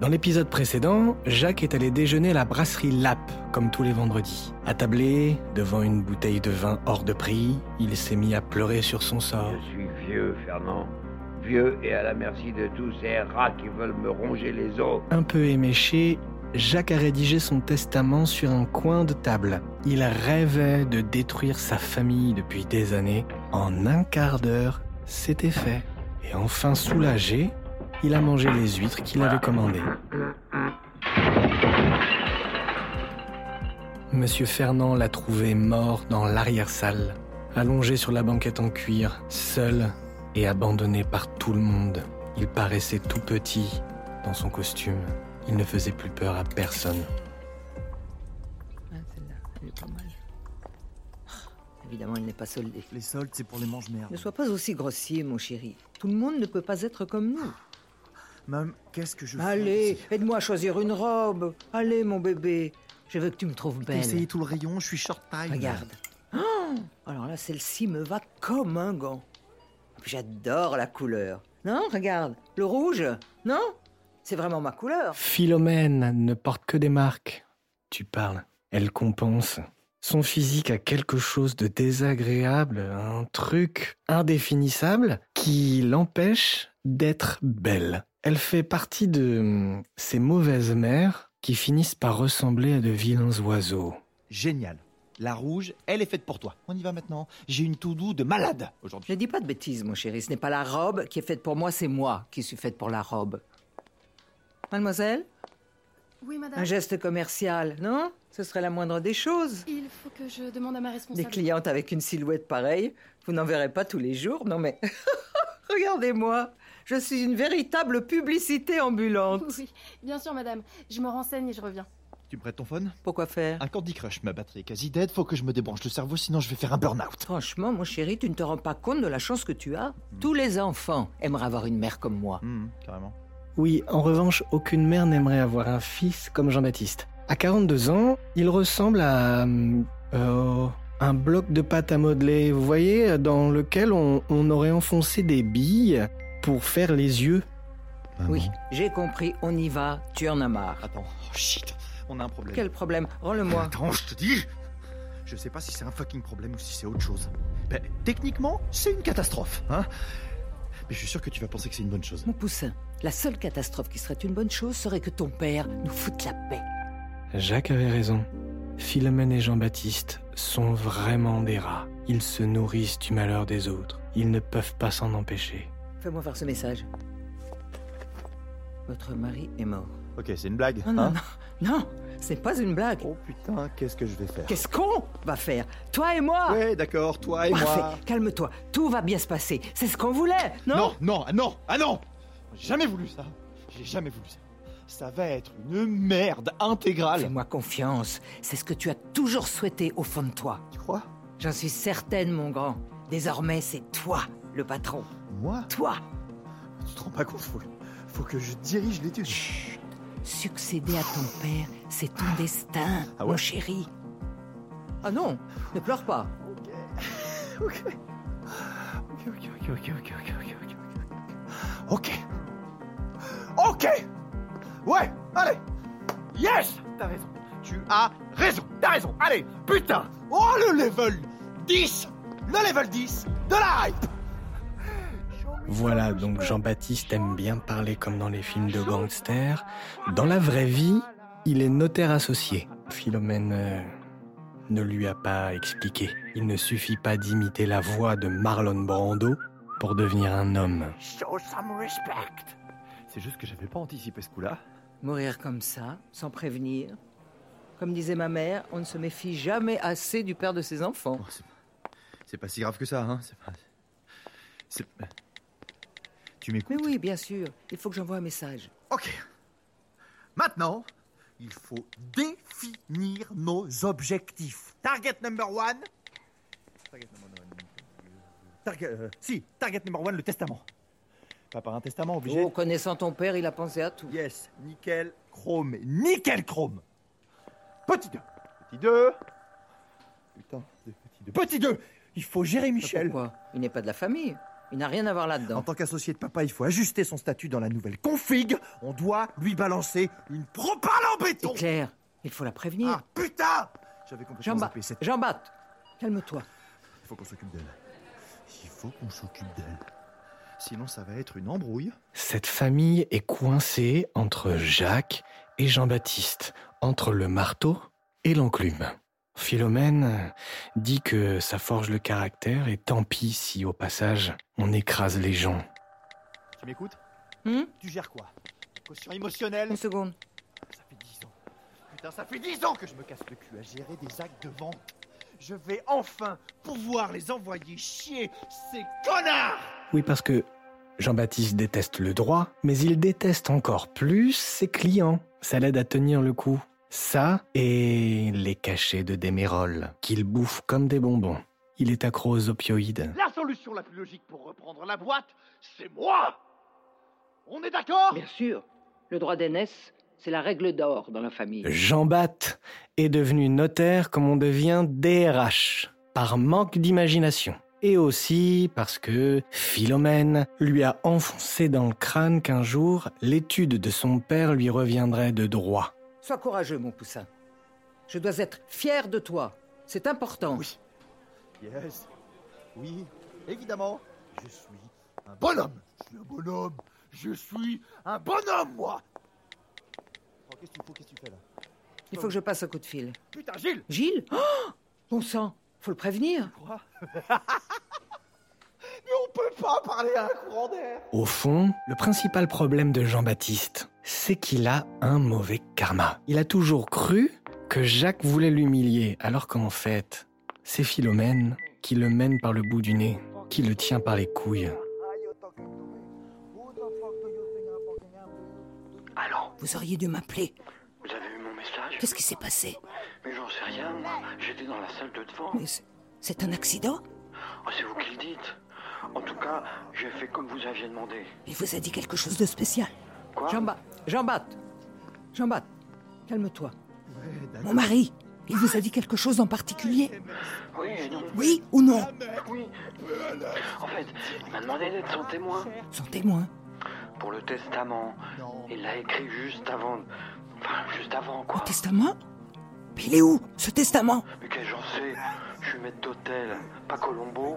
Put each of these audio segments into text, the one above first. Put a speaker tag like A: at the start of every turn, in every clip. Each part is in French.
A: Dans l'épisode précédent, Jacques est allé déjeuner à la brasserie Lap, comme tous les vendredis. Attablé, devant une bouteille de vin hors de prix, il s'est mis à pleurer sur son sort.
B: Je suis vieux, Fernand. Vieux et à la merci de tous ces rats qui veulent me ronger les os.
A: Un peu éméché, Jacques a rédigé son testament sur un coin de table. Il rêvait de détruire sa famille depuis des années. En un quart d'heure, c'était fait. Et enfin soulagé, il a mangé les huîtres qu'il avait commandées. Monsieur Fernand l'a trouvé mort dans l'arrière-salle, allongé sur la banquette en cuir, seul et abandonné par tout le monde. Il paraissait tout petit dans son costume. Il ne faisait plus peur à personne.
C: Ah, celle-là, elle est pas mal. Ah, Évidemment, elle n'est pas soldée.
D: Les soldes, c'est pour les mange-merdes.
C: Ne sois pas aussi grossier, mon chéri. Tout le monde ne peut pas être comme nous.
D: Mam, qu'est-ce que je fais
C: Allez,
D: ici
C: aide-moi à choisir une robe. Allez, mon bébé. Je veux que tu me trouves
D: J'ai essayé
C: belle.
D: tout le rayon, je suis short time.
C: Regarde. Oh, alors là, celle-ci me va comme un gant. Puis J'adore la couleur. Non, regarde. Le rouge. Non C'est vraiment ma couleur.
A: Philomène ne porte que des marques. Tu parles. Elle compense. Son physique a quelque chose de désagréable, un truc indéfinissable qui l'empêche d'être belle. Elle fait partie de hum, ces mauvaises mères qui finissent par ressembler à de vilains oiseaux.
D: Génial. La rouge, elle est faite pour toi. On y va maintenant. J'ai une to-do de malade aujourd'hui.
C: Je ne dis pas de bêtises, mon chéri. Ce n'est pas la robe qui est faite pour moi, c'est moi qui suis faite pour la robe. Mademoiselle
E: Oui, madame.
C: Un geste commercial, non Ce serait la moindre des choses.
E: Il faut que je demande à ma
C: Des
E: responsable.
C: clientes avec une silhouette pareille, vous n'en verrez pas tous les jours, non mais... Regardez-moi, je suis une véritable publicité ambulante.
E: Oui, bien sûr, madame. Je me renseigne et je reviens.
D: Tu me prêtes ton phone
C: Pourquoi faire Ah,
D: Un Candy Crush, ma batterie est quasi dead, faut que je me débranche le cerveau, sinon je vais faire un burn-out.
C: Franchement, mon chéri, tu ne te rends pas compte de la chance que tu as. Tous les enfants aimeraient avoir une mère comme moi.
D: Hum, carrément.
A: Oui, en revanche, aucune mère n'aimerait avoir un fils comme Jean-Baptiste. À 42 ans, il ressemble à hum, euh, un bloc de pâte à modeler, vous voyez, dans lequel on, on aurait enfoncé des billes pour faire les yeux.
C: Oui, j'ai compris, on y va, tu en as marre.
D: Attends, oh shit, on a un problème.
C: Quel problème Rends-le-moi.
D: Attends, je te dis Je sais pas si c'est un fucking problème ou si c'est autre chose. Ben, techniquement, c'est une catastrophe, hein Mais je suis sûr que tu vas penser que c'est une bonne chose.
C: Mon poussin, la seule catastrophe qui serait une bonne chose serait que ton père nous foute la paix.
A: Jacques avait raison. Philomène et Jean-Baptiste sont vraiment des rats. Ils se nourrissent du malheur des autres. Ils ne peuvent pas s'en empêcher.
C: Fais-moi voir ce message. Votre mari est mort.
D: Ok, c'est une blague, hein.
C: Non, non, non, non, c'est pas une blague.
D: Oh putain, qu'est-ce que je vais faire
C: Qu'est-ce qu'on va faire Toi et moi
D: Ouais, d'accord, toi et moi.
C: Parfait, calme-toi, tout va bien se passer. C'est ce qu'on voulait, non
D: non, non, ah non, ah non J'ai jamais voulu ça. J'ai jamais voulu ça. Ça va être une merde intégrale.
C: Fais-moi confiance, c'est ce que tu as toujours souhaité au fond de toi.
D: Tu crois
C: J'en suis certaine, mon grand. Désormais, c'est toi, le patron.
D: Moi
C: Toi,
D: Tu te rends pas compte faut, faut que je dirige l'étude.
C: Succéder à ton père, c'est ton destin,
D: Ah ouais
C: mon chéri. Ah non, ne pleure pas.
D: Ok, ok, ok, ok, ok, ok, ok, ok, ok. Ok Ok Ouais Allez Yes T'as raison. Tu as raison. T'as raison. Allez Putain Oh, le level 10 Le level 10 de la hype
A: Voilà, donc Jean-Baptiste aime bien parler comme dans les films de gangsters. Dans la vraie vie, il est notaire associé. Philomène euh, ne lui a pas expliqué. Il ne suffit pas d'imiter la voix de Marlon Brando pour devenir un homme.
D: Show some respect. C'est juste que j'avais pas anticipé ce coup-là.
C: Mourir comme ça, sans prévenir, Comme disait ma mère, on ne se méfie jamais assez du père de ses enfants.
D: Bon, c'est pas- c'est pas si grave que ça, hein. C'est pas. c'est- Tu m'écoutes
C: Mais oui, bien sûr, il faut que j'envoie un message.
D: Ok. Maintenant, il faut définir nos objectifs. Target number one. Target number one. Target, euh, si, target number one, le testament. Pas par un testament obligé.
C: Oh, connaissant ton père, il a pensé à tout.
D: Yes, nickel, chrome, nickel, chrome. Petit 2. Petit 2. Putain, de petit 2. Petit 2 Il faut gérer Michel.
C: Pourquoi Il n'est pas de la famille. Il n'a rien à voir
D: En
C: là-dedans.
D: tant qu'associé de papa, il faut ajuster son statut dans la nouvelle config. On doit lui balancer une propale en béton.
C: C'est clair, il faut la prévenir.
D: Ah putain J'avais complètement
C: Jean-Bat,
D: zappé cette...
C: Jean-Bat, calme-toi.
D: Il faut qu'on s'occupe d'elle. Il faut qu'on s'occupe d'elle. Sinon, ça va être une embrouille.
A: Cette famille est coincée entre Jacques et Jean-Baptiste, entre le marteau et l'enclume. Philomène euh, dit que ça forge le caractère et tant pis si au passage on écrase les gens.
D: Tu m'écoutes
C: Hmm
D: Tu gères quoi Caution émotionnelle
C: Une seconde.
D: Ça fait 10 ans. Putain, ça fait 10 ans que je me casse le cul à gérer des actes de vente. Je vais enfin pouvoir les envoyer chier, ces connards
A: Oui, parce que Jean-Baptiste déteste le droit, mais il déteste encore plus ses clients. Ça l'aide à tenir le coup. Ça et les cachets de Démérol, qu'il bouffe comme des bonbons. Il est accro aux opioïdes.
F: La solution la plus logique pour reprendre la boîte, c'est moi On est d'accord
C: Bien sûr, le droit d'aînesse, c'est la règle d'or dans la famille.
A: Jean Bat est devenu notaire comme on devient DRH, par manque d'imagination. Et aussi parce que Philomène lui a enfoncé dans le crâne qu'un jour, l'étude de son père lui reviendrait de droit.
C: Sois courageux, mon poussin. Je dois être fier de toi. C'est important.
D: Oui. Yes. Oui, évidemment. Je suis un bonhomme. Je suis un bonhomme. Je suis un bonhomme, moi Oh, Qu'est-ce qu'il faut Qu'est-ce que tu fais là
C: Il faut que je passe un coup de fil.
D: Putain, Gilles
C: Gilles Oh Bon sang, faut le prévenir.
D: Quoi Mais on peut pas parler à un courant d'air
A: Au fond, le principal problème de Jean-Baptiste, c'est qu'il a un mauvais karma. Il a toujours cru que Jacques voulait l'humilier, alors qu'en fait, c'est Philomène qui le mène par le bout du nez, qui le tient par les couilles.
D: Allons
C: Vous auriez dû m'appeler.
F: Vous avez eu mon message
C: Qu'est-ce qui s'est passé
F: Mais j'en sais rien, moi. J'étais dans la salle de devant.
C: Mais c'est- C'est un accident
F: Oh, c'est vous qui le dites. En tout cas, j'ai fait comme vous aviez demandé.
C: Il vous a dit quelque chose de spécial.
F: Quoi
C: Jean-Bat, Jean-Bat, Jean-Bat, calme-toi. Mon mari, il vous a dit quelque chose en particulier
F: Oui et non.
C: Oui ou non
F: Oui. En fait, il m'a demandé d'être son témoin.
C: Son témoin.
F: Pour le testament. Il l'a écrit juste avant. Enfin, juste avant, quoi.
C: Testament Mais il est où, ce testament
F: Mais qu'est-ce que j'en sais Je suis maître d'hôtel, pas Colombo.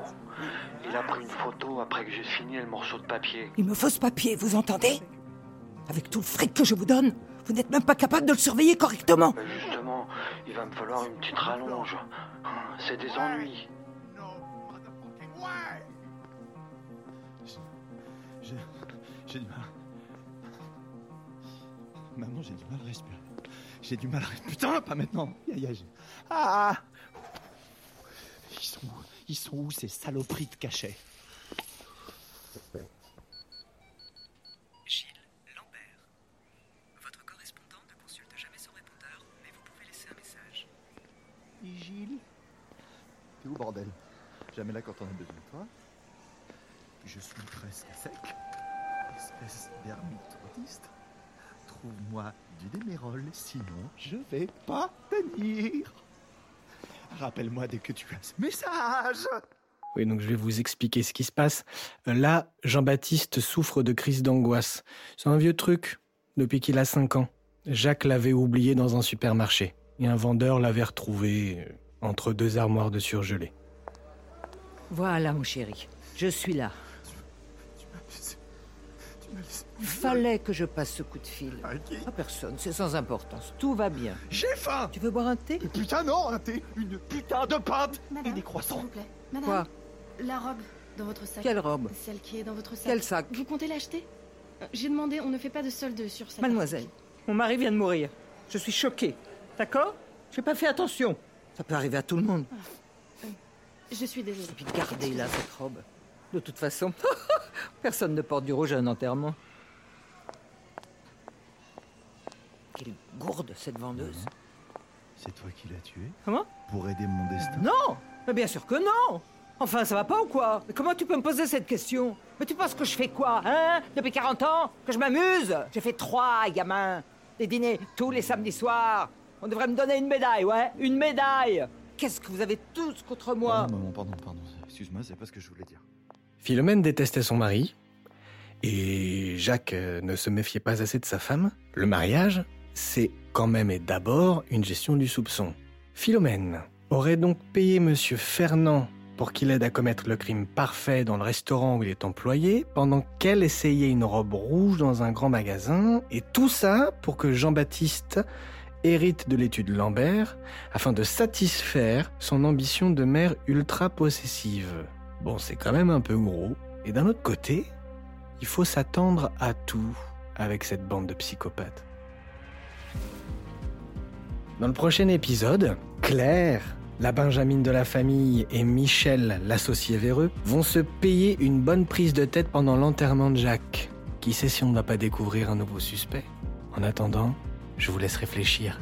F: Il a pris une photo après que j'ai signé le morceau de papier.
C: Il me faut ce papier, vous entendez Avec tout le fric que je vous donne, vous n'êtes même pas capable de le surveiller correctement.
F: Mais justement, il va me falloir une petite rallonge. C'est des ennuis.
D: J'ai j'ai du mal. Maman, j'ai du mal à respirer. J'ai du mal à respirer. Putain, pas maintenant. Aïe, aïe, j'ai- Ah Ils sont où Ils sont où ces saloperies de cachet
G: Gilles Lambert. Votre correspondant ne consulte jamais son répondeur, mais vous pouvez laisser un message.
D: Gilles T'es où, bordel Jamais là quand on a besoin de toi. Je suis presque à sec. Espèce d'ermite autiste. Trouve-moi du démérol, sinon je vais pas tenir. Rappelle-moi dès que tu as ce message
A: Oui, donc je vais vous expliquer ce qui se passe. Euh, Là, Jean-Baptiste souffre de crise d'angoisse. C'est un vieux truc, depuis qu'il a 5 ans. Jacques l'avait oublié dans un supermarché, et un vendeur l'avait retrouvé euh, entre deux armoires de surgelés.
C: Voilà, mon chéri, je suis là.
D: Tu m'as laissé. Tu m'as laissé.
C: Fallait que je passe ce coup de fil.
D: Marqué.
C: À personne, c'est sans importance. Tout va bien.
D: J'ai faim
C: Tu veux boire un thé
D: Et putain, non, un thé, une putain de pâte et
E: Madame,
D: des
E: s'il
D: croissants
E: vous plaît. Madame,
C: Quoi
E: la robe dans votre sac.
C: Quelle robe
E: Celle qui est dans votre sac.
C: Quel sac
E: Vous comptez l'acheter Euh, J'ai demandé, on ne fait pas de solde sur ça.
C: Mademoiselle, mon mari vient de mourir. Je suis choquée. D'accord J'ai pas fait attention. Ça peut arriver à tout le monde.
E: Je suis désolée.
C: Et Ah, puis gardez-la, cette robe. De toute façon, personne ne porte du rouge à un enterrement. Quelle gourde, cette vendeuse.
H: C'est toi qui l'as tué
C: Comment
H: Pour aider mon destin
C: Non Mais bien sûr que non Enfin, ça va pas ou quoi Mais comment tu peux me poser cette question Mais tu penses que je fais quoi, hein Depuis 40 ans Que je m'amuse J'ai fait trois, gamin Des dîners tous les samedis soirs On devrait me donner une médaille, ouais Une médaille Qu'est-ce que vous avez tous contre moi
H: Pardon, maman, pardon, pardon. Excuse-moi, c'est pas ce que je voulais dire.
A: Philomène détestait son mari, et Jacques euh, ne se méfiait pas assez de sa femme. Le mariage, c'est quand même et d'abord une gestion du soupçon. Philomène aurait donc payé Monsieur Fernand pour qu'il aide à commettre le crime parfait dans le restaurant où il est employé, pendant qu'elle essayait une robe rouge dans un grand magasin, et tout ça pour que Jean-Baptiste hérite de l'étude Lambert, afin de satisfaire son ambition de mère ultra-possessive. Bon, c'est quand même un peu gros. Et d'un autre côté, il faut s'attendre à tout avec cette bande de psychopathes. Dans le prochain épisode, Claire, la Benjamine de la famille, et Michel, l'associé véreux, vont se payer une bonne prise de tête pendant l'enterrement de Jacques. Qui sait si on ne va pas découvrir un nouveau suspect En attendant, je vous laisse réfléchir.